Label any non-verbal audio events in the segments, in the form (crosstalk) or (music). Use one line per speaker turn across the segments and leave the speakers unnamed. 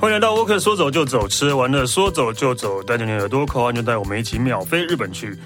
欢迎来到沃克，说走就走，吃完了说走就走，带着你的耳朵扣安全带，我们一起秒飞日本去。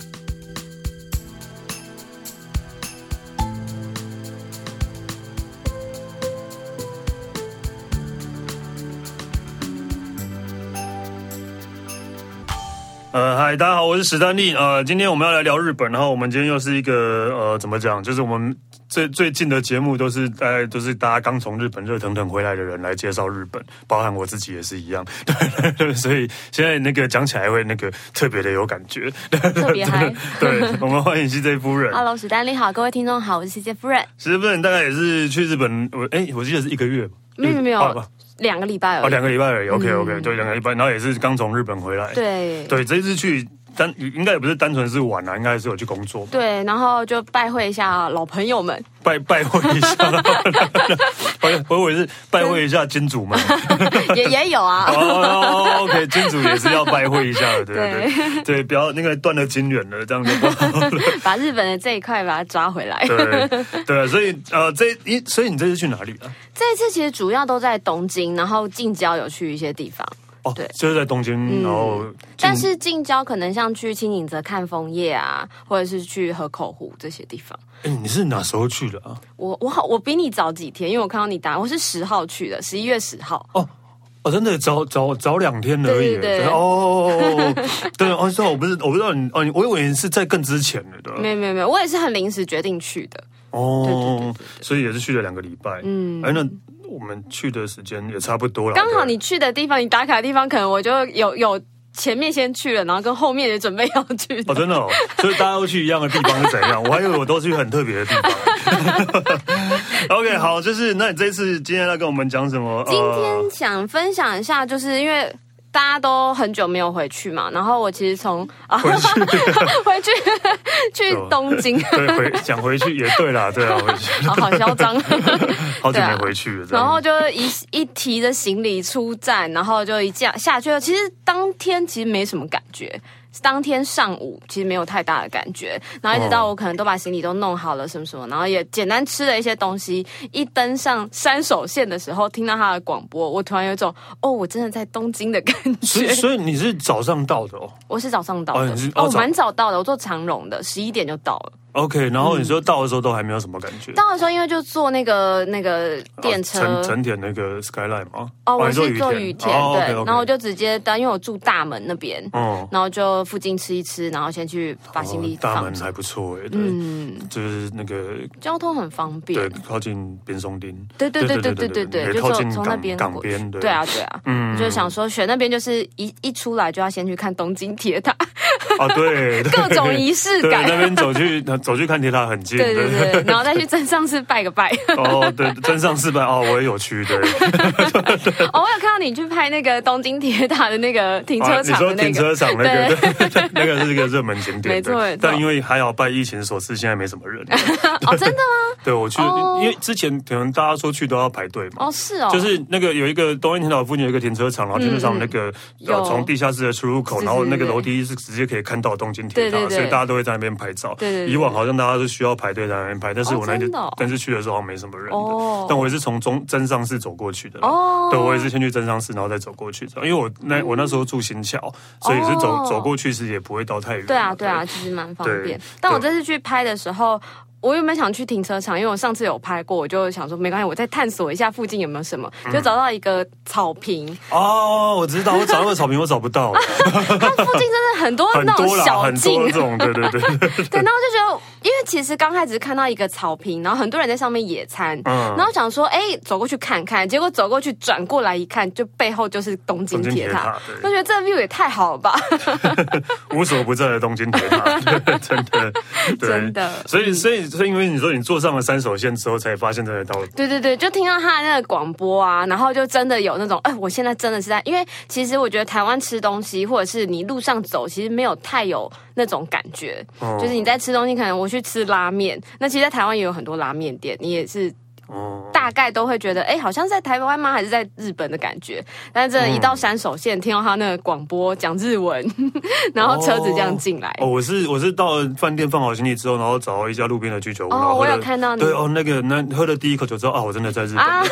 呃，嗨，大家好，我是史丹利。呃，今天我们要来聊日本，然后我们今天又是一个呃，怎么讲，就是我们最最近的节目都是大概都是大家刚从日本热腾腾回来的人来介绍日本，包含我自己也是一样。 (laughs) 对对对，所以现在那个讲起来会那个特别的有感觉， (laughs) 特
别嗨
对，我们欢迎西这夫人。
Hello，史丹利好，各位听众好，我是 CJ 夫人。
其实不然，大概也是去日本，我哎、我记得是一个月吧，
没嗯有没有
哦不
两个礼拜
哦，
而已。
两个礼拜而已。OK OK，、对，两个礼拜，然后也是刚从日本回来。
嗯对
对，这一次去单应该也不是单纯是玩啊，应该是有去工作，
对，然后就拜会一下老朋友
(laughs)
们。
拜拜会一
(laughs)
下，拜我以为是拜会一下金主们。
也也有啊
哦。哦，OK，金主也是要拜会一下的，对对对，对，不要那个断了金元了，这样就不好。
(laughs) 把日本的这一块把它抓回来。
对对，所以呃，这你所以你这次去哪里啊？
这一次其实主要都在东京，然后近郊有去一些地方，
哦，
对嗯
就是在东京，然后进
但是近郊可能像去青井泽看枫叶啊，或者是去河口湖这些地方。
哎，你是哪时候去的啊？
我我好我比你早几天，因为我看到你答，我是十号去的，十一月十号。
哦哦，真的早早早两天而已。
对对对
哦哦，哦哦对，哦，知道我不是我不知道你哦，你我以为你是在更之前的对吧
没有没有没有，我也是很临时决定去的。对对对
哦
对，
所以也是去了两个礼拜。嗯，哎，那我们去的时间也差不多了。
刚好
对
你去的地方，你打卡的地方，可能我就有有前面先去了，然后跟后面也准备要去的 (laughs)
哦，真的哦，所以大家都去一样的地方是怎样？我还以为我都去很特别的地方。OK，好，就是那你这次今天要跟我们讲什么？呃
今天想分享一下，就是因为。大家都很久没有回去嘛，然后我其实从啊 (laughs) 回去去东 (laughs) 京，
对回想回去也对啦，对啊，回去
好好嚣张。
好久
(laughs) 对啊
没回去了。这样
然后就
(laughs)
一一提着行李出站，然后就一架下去了。其实当天其实没什么感觉，当天上午其实没有太大的感觉。然后一直到我可能都把行李都弄好了什么什么，然后也简单吃了一些东西。一登上山手线的时候，听到他的广播，我突然有一种哦，我真的在东京的感
所以
觉。
所以你是早上到的哦。
我是早上到
哦
的，
你是哦
哦，我
早
蛮早到的，我坐长荣的，十一点就到了。
OK，然后你说到的时候都还没有什么感觉。
到的时候因为就坐那个那个电车，
成成田那个 skyline 吗？
哦，我是做雨
雨
田，对，然后我就直接到，因为我住大门那边，
哦，
然后就附近吃一吃，然后先去把行李
哦大
放
门
着。
还不错哎，对，
嗯，
就是那个
交通很方便
对，，靠近边松町，
对对对对对对对，
也
就
靠
从
近
从那
港
边
港
过去
边，对
对啊，对啊，嗯，就想说选那边就是一一出来就要先去看东京铁塔， (laughs)
啊对，对
各种仪式
对
感，
那边走去走去看铁塔很近，
对对对，然后再去镇上寺拜个拜。 (laughs)
哦对，真上四拜哦，我也有去对，
哦，我有看到你去拍那个东京铁塔的那个停
啊
车
你
场
说
的
停
那个，
车场那个，对 (laughs) 那个是一个热门景点，
没错
对
没错
但因为还好拜疫情所赐，现在没什么人。
(laughs) 哦，真的
对我去，
哦
因为之前可能大家说去都要排队嘛。
哦，是哦，嗯
就是那个有一个东京铁塔附近有一个停车场，然后停车场那个呃
有
从地下室的出入口，
是
然后那个
是
楼梯是直接可以看到东京铁塔
对对，对
所以大家都会在那边拍照。
对对对
以往好像大家都需要排队在那边拍，但是
哦
我那天
真的哦
但是去的时候好像没什么人
哦
的，但我也是从中真上市走过去的啦。
哦嗯
对，我也是先去真上市，然后再走过去的，因为我那我那时候住新桥，所以是走
哦
走过去是也不会到太远。
对啊，对啊，，其实蛮方
嗯对
便。但我
对
这次去拍的时候，我原本想去停车场，因为我上次有拍过，我就想说没关系，我再探索一下附近有没有什么，
嗯
就找到一个草坪，
哦，我知道，我找那个草坪我找不到。
它附近真的很多
很
(laughs) 那
多
种
啦，
小
很
径
多。这种，对对对，
对，然后就觉得，因为其实刚开始看到一个草坪，然后很多人在上面野餐，
嗯
然后想说，哎，走过去看看，结果走过去转过来一看，就背后就是东京
东京
铁
铁
塔
塔，，
我
对，
觉得这 view 也太好了吧，
无所不在的东京铁
(laughs)
塔，对真的，对
真。的。
所以，所以，所以，因为你说你坐上了三手线之后，才发现真的到
对对对，就听到他的那个广播啊，然后就真的有那种，哎，我现在真的是在，因为其实我觉得台湾吃东西，或者是你路上走，其实没有太有那种感觉，
哦
就是你在吃东西，可能我去吃拉面，那其实，在台湾也有很多拉面店，你也是。
哦，
大概都会觉得，哎、好像是在台湾吗？还是在日本的感觉？但真的，一到山手线，听到他那个广播讲日文， (laughs) 然后车子这样进来。
哦，我是我是到了饭店放好行李之后，然后找到一家路边的居酒屋，
哦
然后喝了
我有看到你
对哦，那个那喝了第一口酒之后啊，我真的在日本，
啊，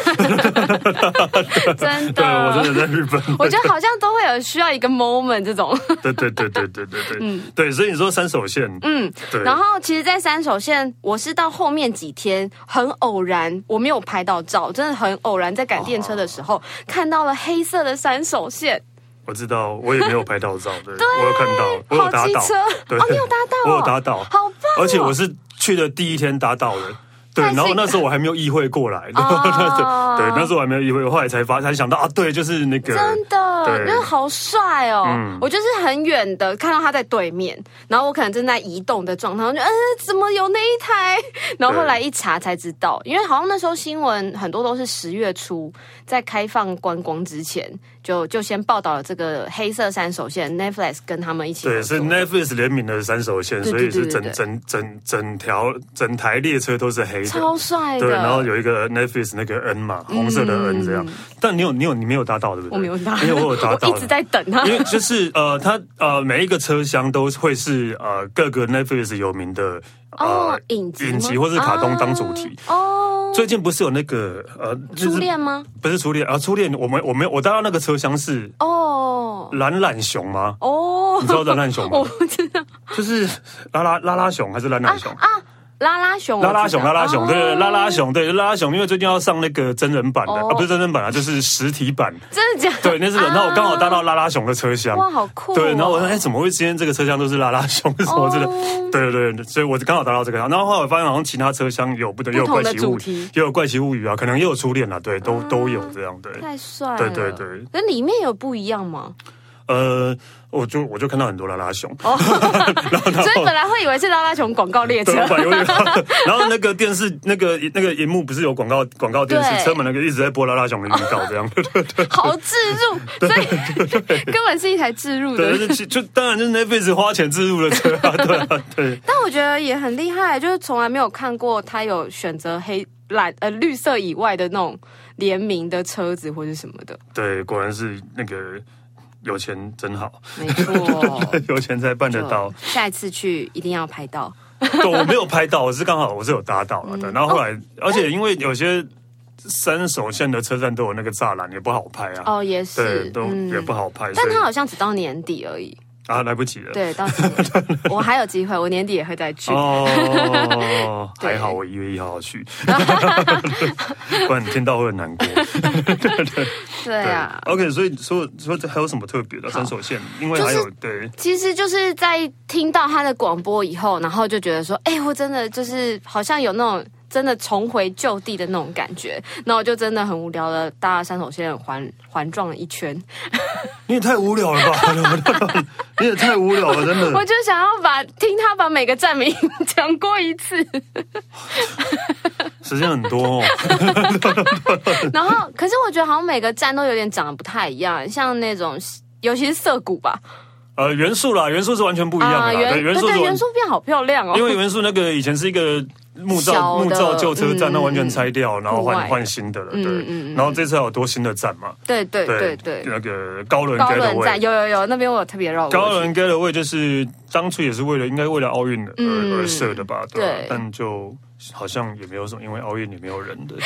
(laughs) 真
对我
的，
真的在日本，
我觉得好像都会有需要一个 moment 这种。
(laughs) 对对对对对对对，嗯，对，所以你说三手线，
嗯，
对，
然后其实，在三手线，我是到后面几天很偶然，我没有拍到照，真的很偶然，在赶电车的时候、
哦
看到了黑色的三手线，
我知道，我也没有拍到照，
(laughs)
对，我有看到，我
好
有打
机
倒，
车
对
哦，你有搭到、
(laughs)
哦，
我有打倒
好棒、哦！
而且我是去的第一天搭到的。对，
太幸
然后那时候我还没有意会过来，对，
哦
对，那时候我还没有意会，我后来才发才想到啊，对，就是那个，
真的，
对
那好帅哦！
嗯
我就是很远的看到他在对面，然后我可能正在移动的状态，我就嗯、怎么有那一台？然后后来一查才知道，因为好像那时候新闻很多都是十月初在开放观光之前，就就先报道了这个黑色山手线 Netflix 跟他们一起合
对，
作
是 Netflix 联名的三手线，
对
所以
对
是
对
整
对
整整整条整台列车都是黑的，
超哦帅的，嗯
对，然后有一个 Netflix 那个 N 嘛，红色的 N 这样。但你有你有你没有搭到对不对？
我没有搭，
因为
(laughs)
我有搭到，
我一直在等他
因。为就是呃，它呃每一个车厢都会是呃各个 Netflix 有名的呃、
哦，影集吗
影集或是卡通当主题。
啊哦，
最近不是有那个呃日
初恋吗？
不是初恋啊，初恋我们我没有我搭到那个车厢是
哦
懒懒熊吗？
哦，
你知道懒懒熊
(laughs) 我
吗？
不知道
就是拉拉拉拉熊还是懒懒熊？
啊，拉拉熊，
拉拉熊，拉拉熊，对对，对拉
拉，
拉熊，对拉拉熊，因为最近要上那个真人版的，
哦
啊，不是真人版啊，就是实体版。
真的假啊的？
(laughs) 对，那是人，那我刚好搭到拉拉熊的车厢，
哇，好酷哦！
对，然后我说，哎，怎么会今天这个车厢都是拉拉熊什么之类的
哦？
对对对，所以我就刚好搭到这个。然后后来我发现好像其他车厢也有不对，也有
不
怪
同的
奇物
主题，
也有怪奇物语啊，可能也有初恋啊，对，都都有这样，对，
太帅了，
对对对。
那里面有不一
(laughs)
样吗？
呃，我就我就看到很多拉拉熊， (laughs)
哦，所以本来会以为是拉拉熊广告列车
对，，我本来有 (laughs) 点然后那个电视那个那个荧幕不是有广告广告电视
对
车门那个一直在播拉拉熊的预告这样，
(laughs) 好置
(laughs)
入，所以 (laughs) 根本是一台置入
对，
的。
就是就当然就是 Netflix 花钱置入的车啊，对啊，对，
但我觉得也很厉害，就是从来没有看过他有选择黑蓝呃绿色以外的那种联名的车子或者什么的，
对，果然是那个有钱真好，
(laughs) 没错。
(laughs) 有钱才办得到
就。下一次去一定要拍到。
(laughs) 对，我没有拍到，我是刚好我是有搭到
嗯
了的。然后后
哦
来，而且因为有些三手线的车站都有那个栅栏，也不好拍啊。
哦，也
对，
是，
都也不好拍，所
但
以
他好像只到年底而已。
啊来不及了。
对，到时候
(laughs)
我还有机会，我年底也会再去。
哦，
(laughs) 对
还好我一月一号要
(laughs)
去，不然你听到会很难过。
对啊。
，OK，所以说说这还有什么特别的三手线？因为还有对
其实就是在听到他的广播以后，然后就觉得说，哎、我真的就是好像有那种真的重回旧地的那种感觉。那我就真的很无聊的搭山手线环环撞了
(laughs)
一圈，
你也太无聊了吧？ (laughs) 你也太无聊了，真的
我。就想要把听他把每个站名 (laughs) 讲过
(laughs)
一次。
时间很多
(laughs)
哦。
然后，可是我觉得好像每个站都有点长得不太一样，像那种尤其是涩谷吧，
呃，元素啦，元素是完全不一样的啦。对，
啊元
元素
对
是完
对元素变好漂亮哦，
因为元素那个以前是一个木
小
造
的
木造旧车站，
嗯
那完全拆掉，然后
户外
换
的
换新的了。对，
嗯嗯嗯
然后这次还有多新的站嘛？
对对对对。
那个高轮
高轮
Gateway
站。有有有，那边我有特别绕
高
过去。
轮 Gateway 就是当初也是为了应该为了奥运而、
嗯
而设的吧，对吧
对
但就好像也没有什么，因为奥运也没有人的，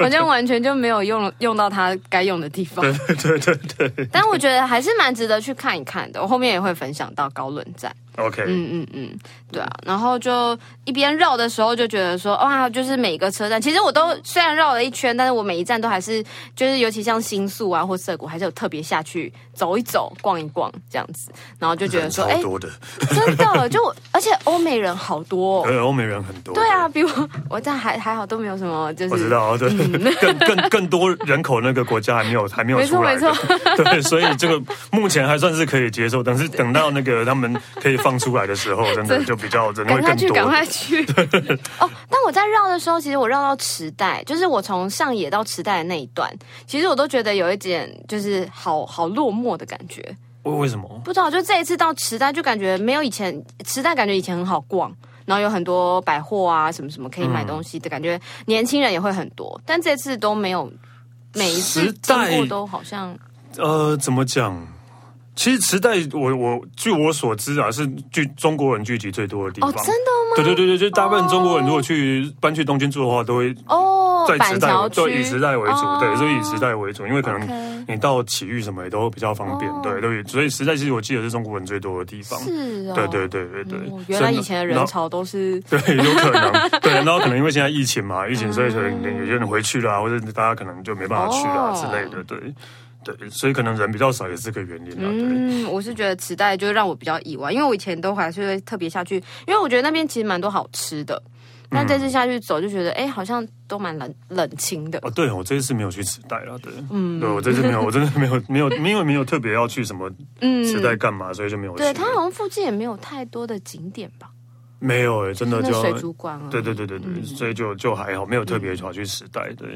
好像完全就没有用用到它该用的地方。对对对 (laughs) 对。但我觉得还是蛮值得去看一看的，我后面也会分享到高轮站。
OK，、
嗯嗯嗯，对啊。然后就一边绕的时候就觉得说，哇，就是每个车站，其实我都虽然绕了一圈，但是我每一站都还是就是，尤其像新宿啊或涩谷，还是有特别下去走一走、逛一逛这样子。然后就觉得
人
说，
超
哎、
多的，
真的就，而且欧美人好多、
(laughs)
哦。
呃，欧美人很多，
对啊，比我我但还还好都没有什么，就是
我知道，对， (laughs) 更更更多人口那个国家还没
(laughs)
有还没有
嗯没错
出来的
没，
对，所以这个目前还算是可以接受，但是等到那个他们可以放出来的时候，真
(laughs)
的就比较人
赶
会
快
更
去，赶
多。
快去！
(laughs)
哦，但我在绕的时候，其实我绕到池袋，就是我从上野到池袋的那一段，其实我都觉得有一点就是好好落寞的感觉。
为为什么？
不知道，就这一次到池袋，就感觉没有以前池袋感觉以前很好逛，然后有很多百货啊什么什么可以买东西的感觉，年轻人也会很多，但这次都没有，每一次
时代
经过都好像
呃，怎么讲？其实池袋，我我据我所知啊，是聚中国人聚集最多的地
哦
方。，
真的吗？
对对对对，就是大部分中国人如果去搬去东京住的话，都会
哦，哦
在
板
池袋
桥
为，
区
对以池袋为主，
哦
对，所以以池袋为主，因为可
OK
能你到埼玉什么也都比较方便
哦，
对，对，所以池袋其实我记得是中国人最多的地方。
是哦，
对对对对对
哦，原来以前的
然
人
后
潮都是
对，有可能对，然后可能因为现在疫情嘛，疫情所以可能有些人回去啊啦，或者大家可能就没办法去啦
嗯哦
之类的，对对，所以可能人比较少也是个原因啦，啊对。
嗯，我是觉得磁带就让我比较意外，因为我以前都还是会特别下去，因为我觉得那边其实蛮多好吃的。但这次下去走就觉得，哎、好像都蛮冷冷清的。
嗯哦，对，我这一次没有去磁带啦，对，嗯，对我这次没有，我真的没有没有，因为没有特别要去什么磁带干嘛，所以就没有去。
嗯对，它好像附近也没有太多的景点吧，
没有哎、真的
那
就
水族馆啊。
对对对对对，所以就就还好，没有特别跑去时代，对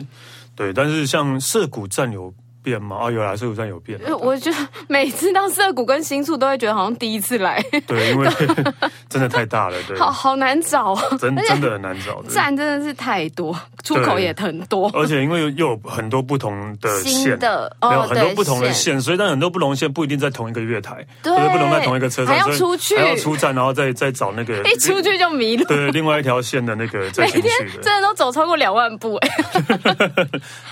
对。但是像涩谷站有变吗？啊，有啦，涩谷站有变啊。
呃我就每次到涩谷跟新宿都会觉得好像第一次来，
对，因
(laughs)
为真的太大了，对，
好好难找啊，
真真的很难找的。
站真的是太多，出口也很多，
而且因为又有很多不同的
新
呃线，
的哦
没有很多
对
不同的线，所以但很多不同的线不一定在同一个月台，
对
或者不能在同一个车站，
还要
所以
出去
还要出站，然后再再找那个
(laughs) 一出去就迷路，
对另外一条线的那个再
每
进
天
去的，
真的都走超过两万步、哎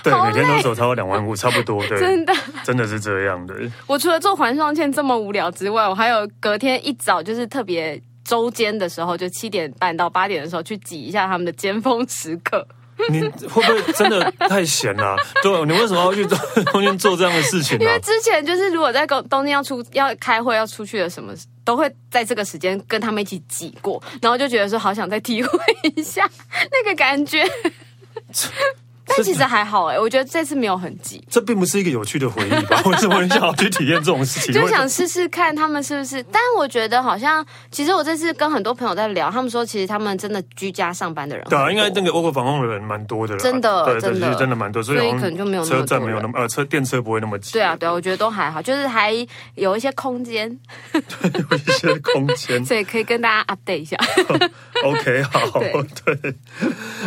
对，
好
每天
累
都走超过两万步，差不多，对，
(laughs) 真的。
真的是这样的。
我除了做环状线这么无聊之外，我还有隔天一早就是特别周间的时候，就七点半到八点的时候去挤一下他们的尖峰时
(laughs)
刻。
你会不会真的太闲了、对，啊你为什么要去做中间做这样的事情呢、啊
因为之前就是如果在东东京要出要开会要出去的什么，都会在这个时间跟他们一起挤过，然后就觉得说好想再体会一下那个感觉。但其实还好哎、我觉得这次没有很挤，
这并不是一个有趣的回忆吧？ (laughs) 为什么你想要去体验这种事情？
就想试试看他们是不是。但我觉得好像，其实我这次跟很多朋友在聊，他们说其实他们真的居家上班的人很
对啊，应该
多
那个欧国防控的人蛮多的啦，
真的
对对，
真的
其实真的蛮多，所以
所以
好像
可能就没有那么多
车站没有那么呃车电车不会那么挤，
对啊，，对啊，我觉得都还好，就是还有一些空间，
有一些空
(laughs)
间。
所以可以跟大家 update 一下。
OK，好，
对嗯哦
对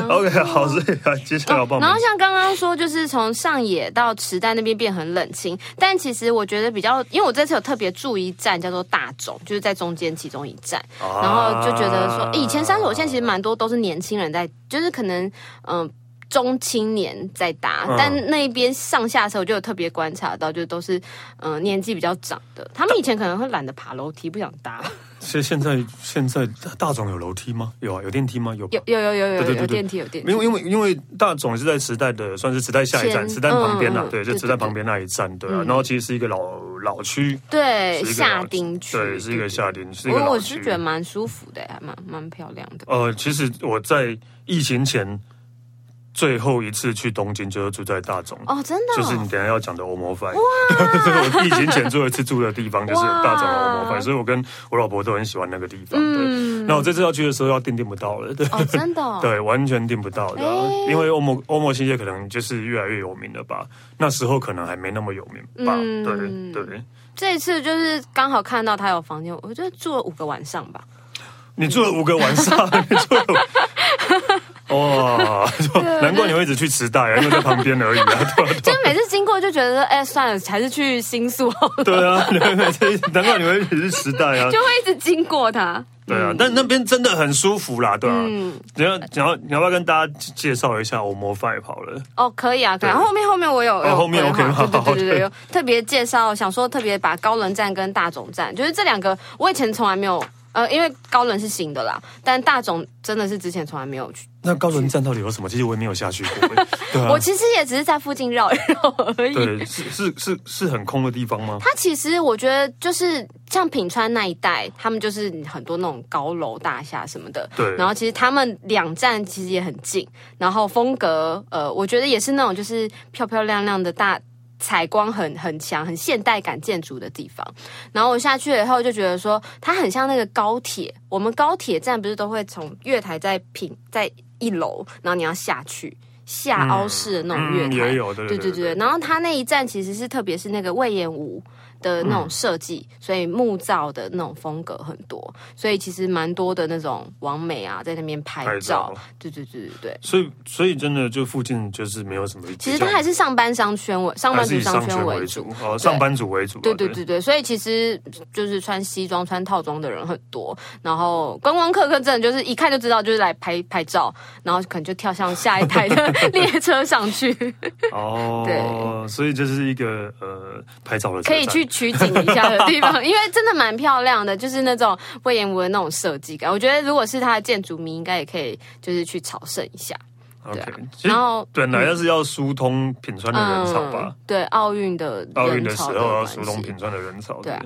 ，OK，好，所以啊，接下来我帮我
然
们
后像刚刚说，就是从上野到池袋那边变很冷清，但其实我觉得比较，因为我这次有特别注意站叫做大冢，就是在中间其中一站，
啊
然后就觉得说，诶以前山手线其实蛮多都是年轻人在，就是可能嗯。中青年在搭，
嗯
但那一边上下车，我就有特别观察到，就都是嗯、呃年纪比较长的，他们以前可能会懒得爬楼梯，不想搭。
其实现在现在大大众有楼梯吗？有啊，有电梯吗？有吧。
(laughs) 有有有有有
对对对对
有电梯有电梯，
因为因为因为大总是在时代的算是时代下一站，
前
时代旁边啦
嗯，
对，
对
就
对
时代旁边那一站，对啊。然后其实是一个老老区，
对
是一个
下
老
町区，
对，是一个下町，是一
我
个老
我
区
是。觉得蛮舒服的，还蛮蛮漂亮的。
呃，其实我在疫情前最后一次去东京就是住在大总。
哦，真的哦、
就是你等一下要讲的欧摩饭， (laughs) 我疫情前最后一次住的地方就是大总欧摩
哇嗯
饭，所以我跟我老婆都很喜欢那个地方。对，那我这次要去的时候要订订不到了，对，
哦，真的、哦，
(laughs) 对，完全订不到的啊、
哎
因为欧盟欧盟新界可能就是越来越有名了吧，那时候可能还没那么有名吧，
嗯
对对。
这一次就是刚好看到他有房间，我就住了五个晚上吧。
你住了五个晚上，你住了
(laughs)
五。哇，难怪你会一直去池袋啊，因为在旁边而已
(laughs)
啊，对啊
就是每次经过就觉得，哎、算了，还是去新宿好了，
对啊，你会每次难怪你会一直去池袋啊
就，会一直经过它。嗯
对啊，但那边真的很舒服啦，对啊。你要你要你要不要跟大家介绍一下欧摩 Five 好了？
哦，可以啊，可以啊。
对哦
后面后面我有，有
后面
规划
OK，
对
好
对对对对，
对
有特别介绍，想说特别把高冷站跟大总站，就是这两个，我以前从来没有，呃，因为高冷是新的啦，但大总真的是之前从来没有去，
那高轮站到底有什么？其实我也没有下去
(laughs)
过，对
我
啊，
其实也只是在附近绕一绕而已。
对，是是是是很空的地方吗？
它其实我觉得就是像品川那一带，他们就是很多那种高楼大厦什么的。
对
然后其实他们两站其实也很近，然后风格呃，我觉得也是那种就是漂漂亮亮的大。采光很很强，很现代感建筑的地方。然后我下去了以后就觉得说，它很像那个高铁。我们高铁站不是都会从月台在平在一楼，然后你要下去下凹式的那种月台，
嗯也有，对
对对对，然后它那一站其实是特别是那个魏延武的那种设计，
嗯
所以木造的那种风格很多，所以其实蛮多的那种网美啊在那边拍
拍
照
照，
对对对对对。
所以所以真的就附近就是没有什么。
其实它还是上班商圈为上
还
班
是
族
以
商
商
圈
圈
为
为
主
主，，哦，上班族为主啊。
对对对对，所以其实就是穿西装、穿套装的人很多，然后观光客跟真的就是一看就知道就是来拍拍照，然后可能就跳上下一台的 (laughs) 列车上去，
哦，所以这是一个呃拍照的车
可
站
以去取景一下的
(laughs)
地方，因为真的蛮漂亮的，就是那种魏延文那种设计感。我觉得如果是他的建筑迷，应该也可以就是去朝圣一下。对
OK
啊。
其实
然后
本来要是要疏通品川的人潮吧，，
嗯对奥运的
奥运的
人
时
潮
候啊要
关
疏通
系
品，川的人潮。
对啊，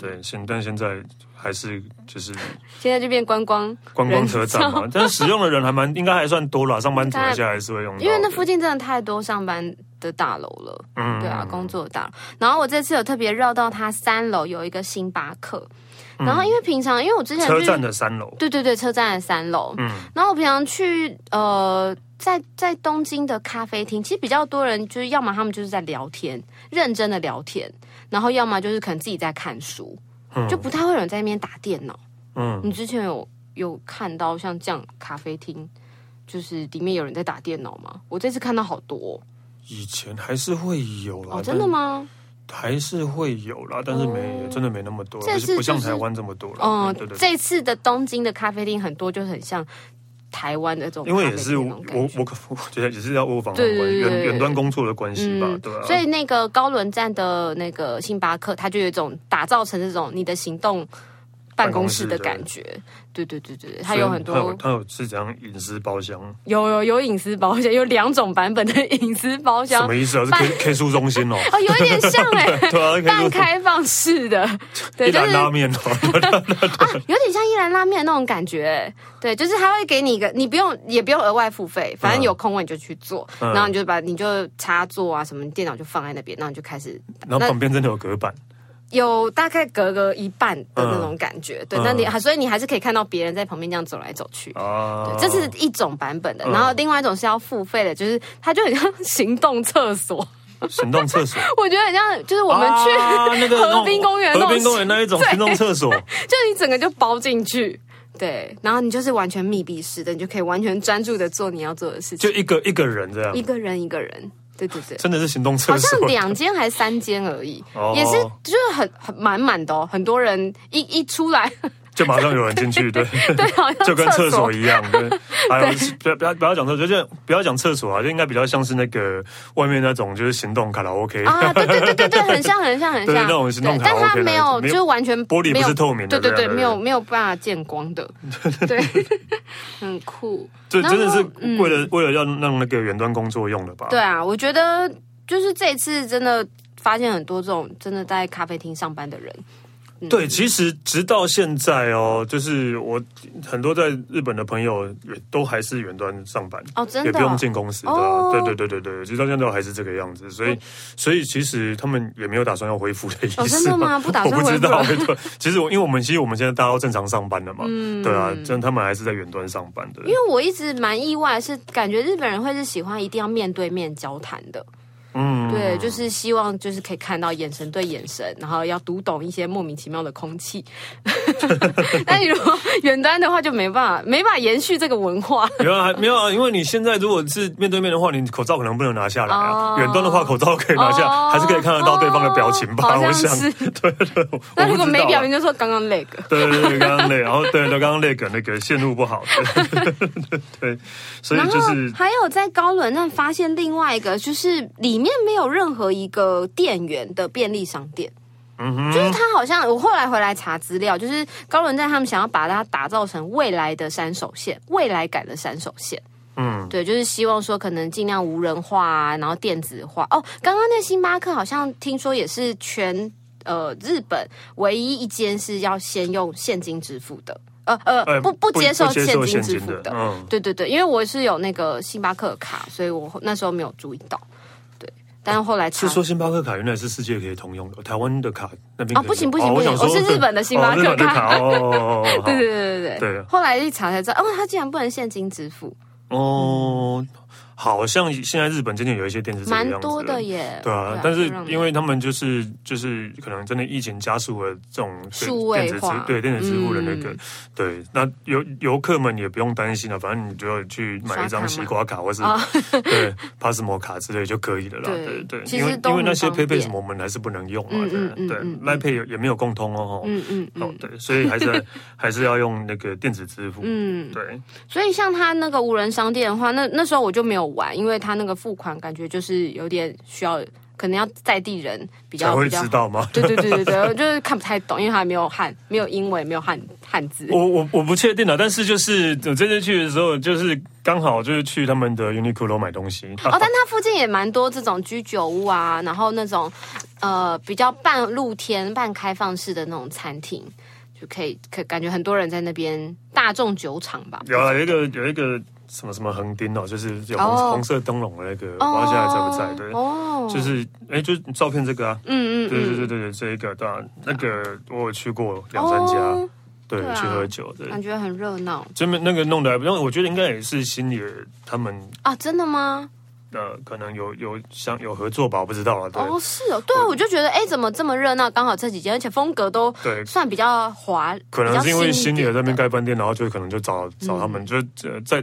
对，现但现在还是就是
现在就变观光，
观光车站嘛，但使用的人还蛮应该还算多啦，上班族
大概
一下还是会用到的，
因为那附近真的太多上班的大楼了。
嗯
对啊，工作大楼。然后我这次有特别绕到它三楼有一个星巴克，然后因为平常因为我之前
嗯车
去
站的三楼，
对对对，车站的三楼。
嗯
然后我平常去呃，在在东京的咖啡厅，其实比较多人就是要么他们就是在聊天，认真的聊天，然后要么就是可能自己在看书，
嗯
就不太会有人在那边打电脑。
嗯，
你之前有有看到像这样咖啡厅，就是里面有人在打电脑吗？我这次看到好多
以前还是会有啦，
哦，哦真的吗？哦
但？还是会有啦，但是没、真的没那么多，
这
不
是
是不像
就是
台湾这么多了。
嗯
对，对对，
这次的东京的咖啡厅很多就很像台湾的这种咖
因
啡
为
厅
也
那
是
种
我
感觉，
我我我 (laughs) 觉得也是要我访
对对对对
远
对
远端工作的关系吧，
嗯
对啊。
所以那个高轮站的那个星巴克，它就有一种打造成这种你的行动办公室的感觉。对对对对，对它有很
它有
多
它有是怎样隐私包厢？
有有有隐私包厢，有两种版本的 (laughs) 隐私包
什
厢
么。意思啊？是 K K 书中
(laughs)
心哦，
哦，有一点像哎、
对啊
(laughs) 半
，K (laughs) 书
开放式的，对，
一
就是啊
兰拉面
(laughs)
哦，
有点像一兰拉面那种感觉、欸对，就是他会给你一个，你不用也不用额外付费，反正有空位你就去做，
嗯
然后你就把你就插座啊什么，你电脑就放在那边，然后你就开始
然后旁边真的有隔板，
有大概隔个一半的那种感觉，对，
嗯
那你还所以你还是可以看到别人在旁边这样走来走去。
啊
对，这是一种版本的，
嗯
然后另外一种是要付费的，就是它就很像行动厕所，
行动厕所。
我觉得很像，就是 (laughs) 我们去，
啊那个
河滨公园
那种
那种
河滨公园那一种行动厕所，
(laughs) 就你整个就包进去，对，然后你就是完全密闭式的，你就可以完全专注的做你要做的事
就
情，
一个一个人这样
一，个人一个人，对对对，
真的是行动
好
厕所
像，两间还三间而已，
哦
也是就是很很满满的哦，很多人一一出来，
就马上有人进
(laughs)
去，对，
对，好像
就跟厕
厕
所一样。
(laughs)
对，还有不要不要不要讲厕所，就是不要讲厕所啊，就应该比较像是那个外面那种就是行动卡拉 OK，
啊，对对对对
(laughs)
对，很像很像很像，
对那种行动
对
卡拉
但它
OK 的
没有，
没有
就完全
玻璃
没
不
有
是透明
对
的，啊这
对对，
样
没有。没有办法见光
(laughs)
的，对，很酷。
这
然后嗯
真的是为了为了要让那个远端工作用的吧？
对啊，我觉得就是这一次真的发现很多这种真的在咖啡厅上班的人，
对，其实直到现在哦，就是我很多在日本的朋友也都还是远端上班，
哦，真
也
的
不
哦、
用进公司的、啊，
哦
对对对对对，直到现在都还是这个样子，所以所以其实他们也没有打算要恢复的意思。
哦，真的吗？不打
我
算
不
回
知
国
道，对，其实我因为我们其实我们现在大家都正常上班了嘛，对啊，真的他们还是在远端上班的
因，为我一直蛮意外，是感觉日本人会是喜欢一定要面对面交谈的，
嗯，
对，就是希望就是可以看到眼神对眼神，然后要读懂一些莫名其妙的空气。 (laughs) 但你如果远端的话，就没办法，没办法延续这个文化。
没有啊，没有啊，因为你现在如果是面对面的话，你口罩可能不能拿下来啊
哦，
远端的话口罩可以拿
哦
下，还是可以看得到对方的表情吧，
好
我
像
想，
是
对对，我
那如果没表情，
情。
就说刚刚那个。
对对对，刚刚累，然后对对，刚刚累个那个线路不好，对对，所以
然后
就是
还有在高轮站发现另外一个，就是里面没有任何一个店员的便利商店。
嗯哼，
就是它好像我后来回来查资料，就是高轮站他们想要把它打造成未来的山手线，未来感的山手线。
嗯，
对，就是希望说可能尽量无人化啊，然后电子化。哦，刚刚那星巴克好像听说也是全呃日本唯一一间是要先用现金支付的，呃呃，
哎
不不接受
不接
现
受
金
现
支
金
付的
的，。嗯，
对对对，因为我是有那个星巴克卡，所以我那时候没有注意到。对，但是后来查
是说星巴克卡原来是世界可以通用的，台湾的卡那边
哦
可以
不行不行
哦
不
我
行
想说
我是日本的星巴
哦
克
日本的
卡
卡哦哦哦，哦
对对对对对
对
后来一查才知道，哦，它竟然不能现金支付。
哦，好像现在日本渐渐有一些店是这个
蛮
样子
多
了
的耶。
对啊，但是因为他们就是就是可能真的疫情加速了这种电
数位
电子支
化
对电子支付的那个、
嗯
对，那游游客们也不用担心了，反正你就去买一
刷卡嘛
张西瓜卡或是、
啊
对 Passmo 卡之类就可以了啦。
对
对对，
其实
因为
都
因
很
为那些
方
配
便
配什么我们还是不能用嘛，
嗯嗯嗯
对对
嗯嗯
赖配也也没有共通哦。
嗯嗯嗯
哦，对，所以还
(laughs)
是还是要用那个电子支付。
嗯，
对，
所以像他那个无人商店的话，那那时候我就没有玩，因为他那个付款感觉就是有点需要，可能要在地人比
才
较
会
比较
知。道吗？
对对对对对，我就是看不太懂，因为他没有汉，没有英文，没有汉汉字。
我我我不确定了，啊但是就是我这次去的时候，就是刚好就是去他们的 Uniqlo 买东西。
哦，但它附近也蛮多这种居酒屋啊，然后那种呃比较半露天、半开放式的那种餐厅，就可以可感觉很多人在那边大众酒厂吧。
有啊，有一个有一个什么什么横丁哦，就是有红、
哦
红色灯笼的那个，我不知道现在在不在？对，
哦
就是哎、就是照片这个啊，
嗯嗯
对对对对对，这一个对、啊，那个我有去过两三家，
哦，
对，
对啊
去喝酒，对，
感觉很热闹
这边那个弄得还不，因为我觉得应该也是心里他们
啊！真的吗？
呃可能有有想有合作吧，我不知道啊，对、
哦，是哦，对啊，我就觉得哎，怎么这么热闹？刚好这几间，而且风格都
对。
算比较华，
可能是因为新
比
里在那
较新一点的嗯
边盖饭店，然后就可能就找找他们，就呃在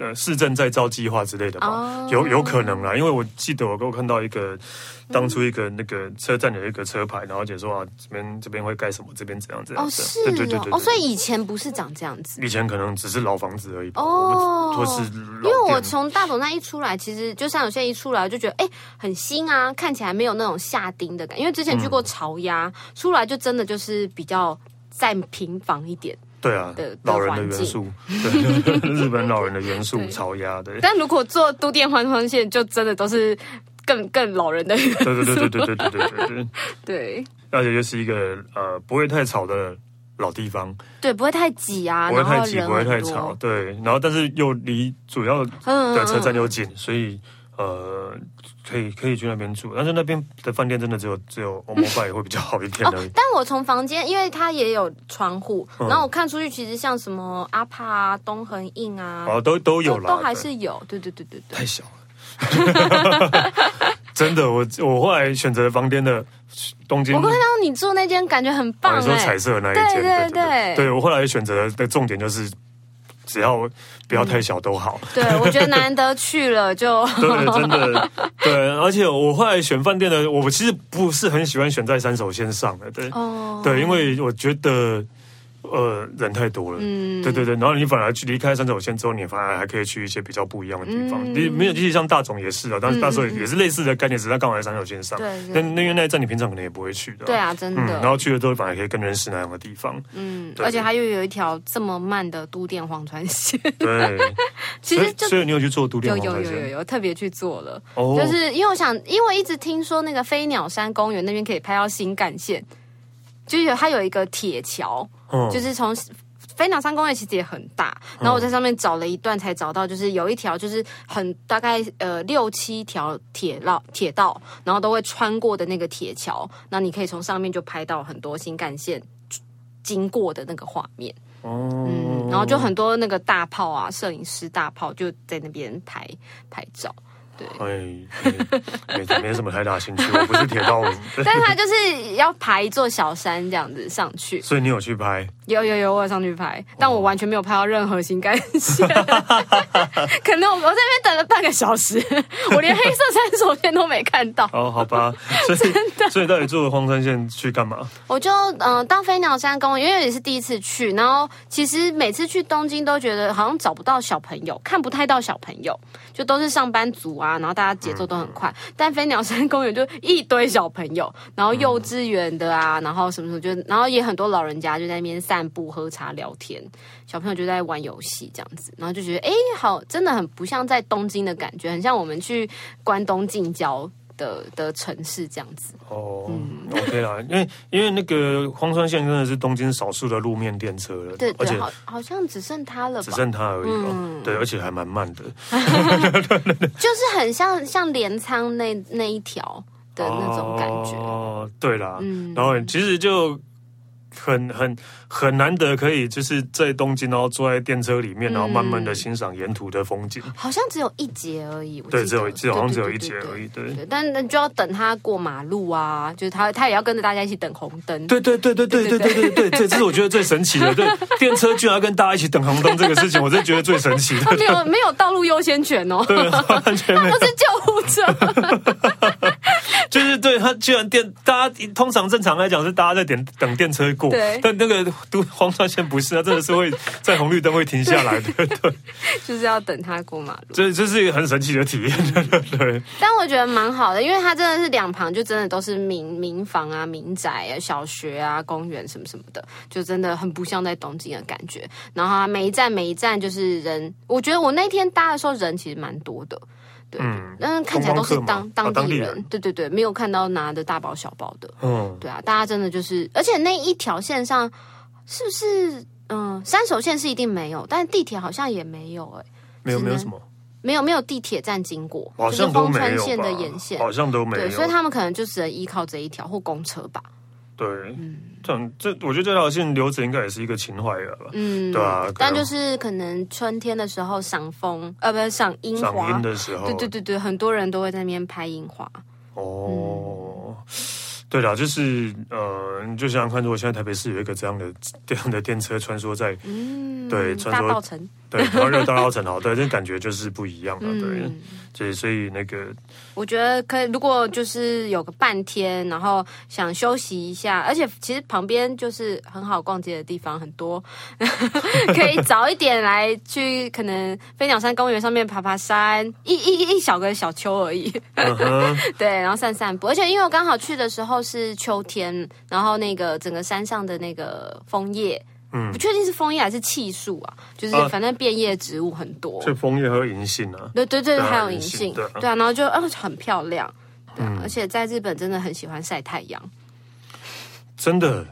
呃市政再造计划之类的吧，
哦
有有可能啦。因为我记得我我看到一个当初一个那个车站有一个车牌，然后解说啊这边这边会盖什么，这边怎样怎样
哦，
怎样。
是
对对对对
哦，哦，所
对
以以前不是长这样子。
以前可能只是老房子而已吧，
哦
我们或是
因
老
为我
店
从大董那一出来，其实就像有些一出来，我就觉得哎、很新啊，看起来没有那种下丁的感觉。因为之前去过潮鸭，
嗯
出来就真的就是比较再平房一点。
对啊
的的，
老人的
环境
元素，对日本老人的元素
(laughs) 对，
潮鸭对。
但如果做都电环环线，就真的都是更更老人的
对对对对对对对对对对，
对
而且又是一个呃不会太吵的老地方，
对，不会太挤啊，
不会
然
太
后
挤，
人
不会太
很
吵，
多，
对。然后但是又离主要
嗯
的车站又近，所以呃可以可以去那边住，但是那边的饭店真的只有只有欧 m o 会比较好一点而已。
哦但我从房间，因为它也有窗户，
嗯
然后我看出去，其实像什么阿帕啊、东恒印啊，
哦，都都有
都
啦，
都还
对
是有。对对对对对，
太小了。真的，我我后来选择房间的东京哦
我，看到你住那间，感觉很棒
你说
哎、
彩色的那一间，
对对对
对我后来选择的重点就是，只要不要太小都好。
对，我觉得难得去了就
(laughs) 对，真的，对，而且我后来选饭店的，我其实不是很喜欢选在三手线上的，对，
哦，
对，因为我觉得。呃，人太多了，
嗯
对对对，然后你反而去离开三手线之后，你反而还可以去一些比较不一样的地方。
嗯
你、没有，就是像大总也是啊，但是大总也是类似的概念，只是他刚好在三手线上。
对对
那那因为那一站你平常可能也不会去的啊、
对啊，真
嗯，
的，
然后去了之后反而可以更认识那样的地方。
嗯，
对
而且它又有一条这么慢的都电黄川线，
对，
(laughs) 其实
所
就
以所以你有去做独立
有
黄
有
山
有有有
线？
有特别去做了，
哦
就是因为我想，因为我一直听说那个飞鸟山公园那边可以拍到新干线，就是有它有一个铁桥，
嗯
就是从。飞鸟山公园其实也很大，然后我在上面找了一段，才找到就是有一条就是很大概呃六七条铁道铁道，然后都会穿过的那个铁桥，那你可以从上面就拍到很多新干线经过的那个画面，
哦、
嗯，然后就很多那个大炮啊，摄影师大炮就在那边拍拍照，
哎，哎没没什么太大兴趣，我不是铁道迷，
但他就是要爬一座小山这样子上去，
所以你有去拍？
有有有，我有上去拍，但我完全没有拍到任何新干线， (laughs) 可能我我在那边等了半个小时， (laughs) 我连黑色三手线都没看到。
哦，好吧，所以所以到底坐黄山线去干嘛？
我就嗯、呃到飞鸟山公园，因为也是第一次去，然后其实每次去东京都觉得好像找不到小朋友，看不太到小朋友，就都是上班族啊，然后大家节奏都很快。
嗯
但飞鸟山公园就一堆小朋友，然后幼稚园的啊，然后什么什么就，然后也很多老人家就在那边散步、喝茶、聊天，小朋友就在玩游戏这样子，然后就觉得哎，好，真的很不像在东京的感觉，很像我们去关东近郊的的城市这样子。
哦、o
嗯
k 啦，因为因为那个荒川线真的是东京少数的路面电车了，
对
而
对，
且
好好像只剩他了吧？嗯
只剩它而已了、对，而且还蛮慢的，
就是很像像镰仓那
哦
那一条的那种感觉。嗯
哦，对啦，然后其实就。很很很难得可以就是在东京，然后坐在电车里面，然后慢慢
嗯
的欣赏沿途的风景。
好像只有一节而已，我
对，
记
只有
得
一只有好像只有一
对
节
对对
而已。对，
对，但那就要等他过马路啊，就是他他也要跟着大家一起等红灯。
对对对对对对对对对，这这是我觉得最神奇 (laughs) 的。对，电车居然要跟大家一起等红灯这个事情，我是觉得最神奇的 (laughs)
他。没有没有道路优先权哦，
对，完全
(laughs)
没有
不，是救护车。 (laughs)
就是对他居然电，大家通常正常来讲是大家在点等电车过
对，
但那个都黄川线不是，他真的是会在红绿灯会停下来的。对，
就是要等他过马路。
这这是一个很神奇的体验。对对对。
但我觉得蛮好的，因为它真的是两旁就真的都是民民房啊、民宅啊、小学啊、公园什么什么的，就真的很不像在东京的感觉。然后它每一站每一站就是人，我觉得我那天搭的时候人其实蛮多的。对，
嗯
但是看起来都是
观光
当
客嘛哦当
地
地
人，
人
对对对，没有看到拿着大包小包的。
嗯，
对啊，大家真的就是，而且那一条线上是不是嗯、三手线是一定没有，但地铁好像也没有哎、
没有
只能
没有什么，
没有没有地铁站经过，
好
就是
像都
荒
没
川
有
线
吧哦
的沿线，
好像都没有。
对，所以他们可能就只能依靠这一条或公车吧。
对，
嗯
这样这我觉得这条线留着应该也是一个情怀了吧。
嗯，
对啊可能
但就是可能春天的时候赏枫，呃，不是赏樱
赏
花
樱。的时候，啊
对对对对，很多人都会在那边拍樱花。
哦，对啦，就是呃，你就想想看，如果现在台北市有一个这样的这样的电车穿梭在
嗯，
对穿梭
大稻城， (laughs)
对，然后热大稻城哦，对，这感觉就是不一样了，啊对
嗯，，
所以所以那个
我觉得可以。如果就是有个半天，然后想休息一下，而且其实旁边就是很好逛街的地方很多， (laughs) 可以早一点来去可能飞鸟山公园上面爬爬山，一一一小个小丘而已。
嗯哼，
(laughs) 对，然后散散步，而且因为我刚好去的时候是秋天，然后那个整个山上的那个枫叶，
嗯
不确定是枫叶还是气树啊，就是
啊
反正变叶植物很多，
这枫叶还有银杏啊，
对对对，
对啊
还有银
银杏
杏，
对啊
对啊，然后就哦很漂亮，对、啊，而且在日本真的很喜欢晒太阳， (laughs)
真的，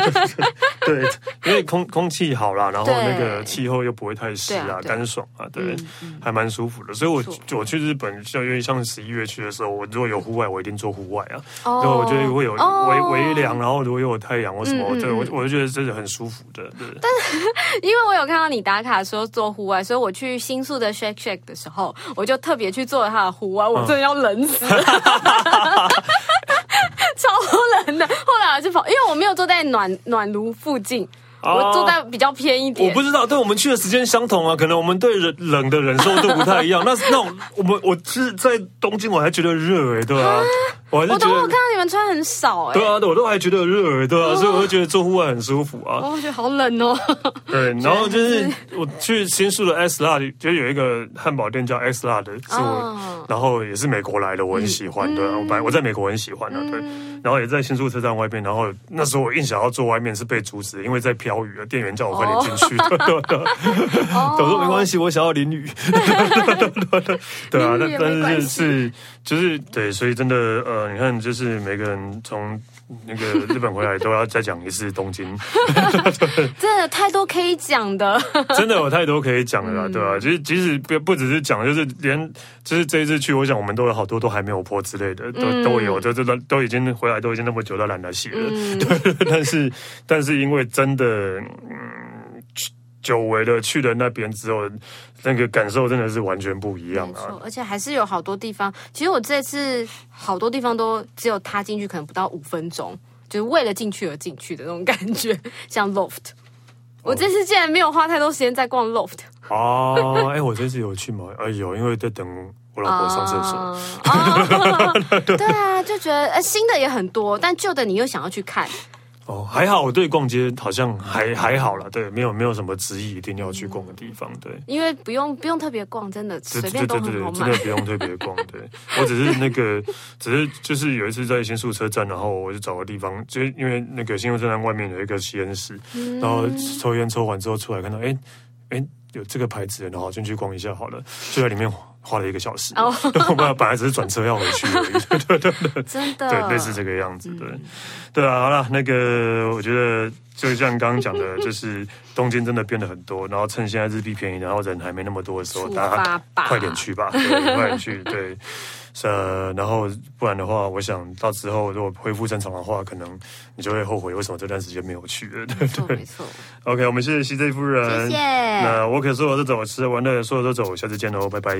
(laughs) 对，因为空空气好啦，然后
对
那个气候又不会太湿
对啊嗯
啊，
对啊
干爽啊，对，还蛮舒服的。所以我
不错
我去日本，像因为像十一月去的时候，我如果有户外，我一定做户外啊。然后我觉得会有
哦
微微凉，然后如果有太阳或什么，
嗯嗯
对
嗯
我我就觉得真的很舒服的。对，但
因为我有看到你打卡说做户外，所以我去新宿的 Shake Shake 的时候，我就特别去做了它的户外，
嗯
我真的要冷死了。 (laughs) 超冷的，后来我就跑，因为我没有坐在暖暖炉附近，我坐在比较偏一
哦我
点
不。知道，对我们去的时间相同啊，可能我们对冷冷的忍受度不太一样。那那种我们我是在东京，我还觉得热哎、对啊，我还是
我
觉
等会我看
得。
到你们穿很少哎、
对啊，我都还觉得热，哎对啊，所以我就觉得做户外很舒服啊。
哦，我觉得好
(laughs)
冷哦。
对，然后就是我去新宿的 S 辣，就有一个汉堡店叫 S 辣的，是
哦
我，然后也是美国来的，我很喜欢的。
嗯
我本来我在美国很喜欢的，对。然后也在新宿车站外面，然后那时候我硬想要坐外面是被阻止的，因为在飘雨，店员叫我快点进去。对对对， (laughs)
哦
我说没关系，我想要淋雨。 (laughs) 对啊，
淋
但
雨也没
但
关
是
系
是就是对，所以真的呃，你看，就是每个人从那个日本回来都要再讲一次东京。
真的太多可以讲的。
真的有太多可以讲的啦，对吧、啊其实即使不不只是讲，就是连就是这一次去，我想我们都有好多都还没有破之类的，都、都有，都都都已经回来，都已经那么久都懒得洗了。 (laughs) 对，但是但是因为真的，嗯，去久违的去了那边之后，那个感受真的是完全不一样
没
啊
错。，而且还是有好多地方。其实我这次好多地方都只有踏进去，可能不到五分钟，就是为了进去而进去的那种感觉， (laughs) 像 loft。我这次竟然没有花太多时间在逛 loft，
哦，哎、我这次有去吗？哎有，因为在等我老婆上厕所。
啊
(laughs)
哦对啊，就觉得呃新的也很多，但旧的你又想要去看，
哦，还好，我对逛街好像还还好啦，对，没有没有什么执意一定要去逛的地方，对。
因为不用不用特别逛，真的
对
随
对
便
对
都
对
很好
对，真
买
的。不用特别逛。对我只是那个，只是就是有一次在新宿车站，然后我就找个地方，就是因为那个新宿车站外面有一个吸烟室，然后
嗯
抽烟抽完之后出来看到，哎哎有这个牌子，然后进去逛一下好了，就在里面花了一个小时。
哦
对， (laughs) 我本来本来只是转车要回去而已。 (laughs) 对对对对。
真的，
对，类似这个样子，
嗯
对，对啊，好了，那个我觉得就像刚刚讲
(laughs)
的，就是东京真的变得很多，然后趁现在日币便宜，然后人还没那么多的时候，
出
大
发
家
吧
快点去吧，对，快点去，对。呃，然后不然的话，我想到之后如果恢复正常的话，可能你就会后悔为什么这段时间没有去了。对
没错没错，
OK，我们谢谢西 j 夫人，
谢谢
那我可说走就走，吃喝玩乐说走就走，下次见喽，拜拜。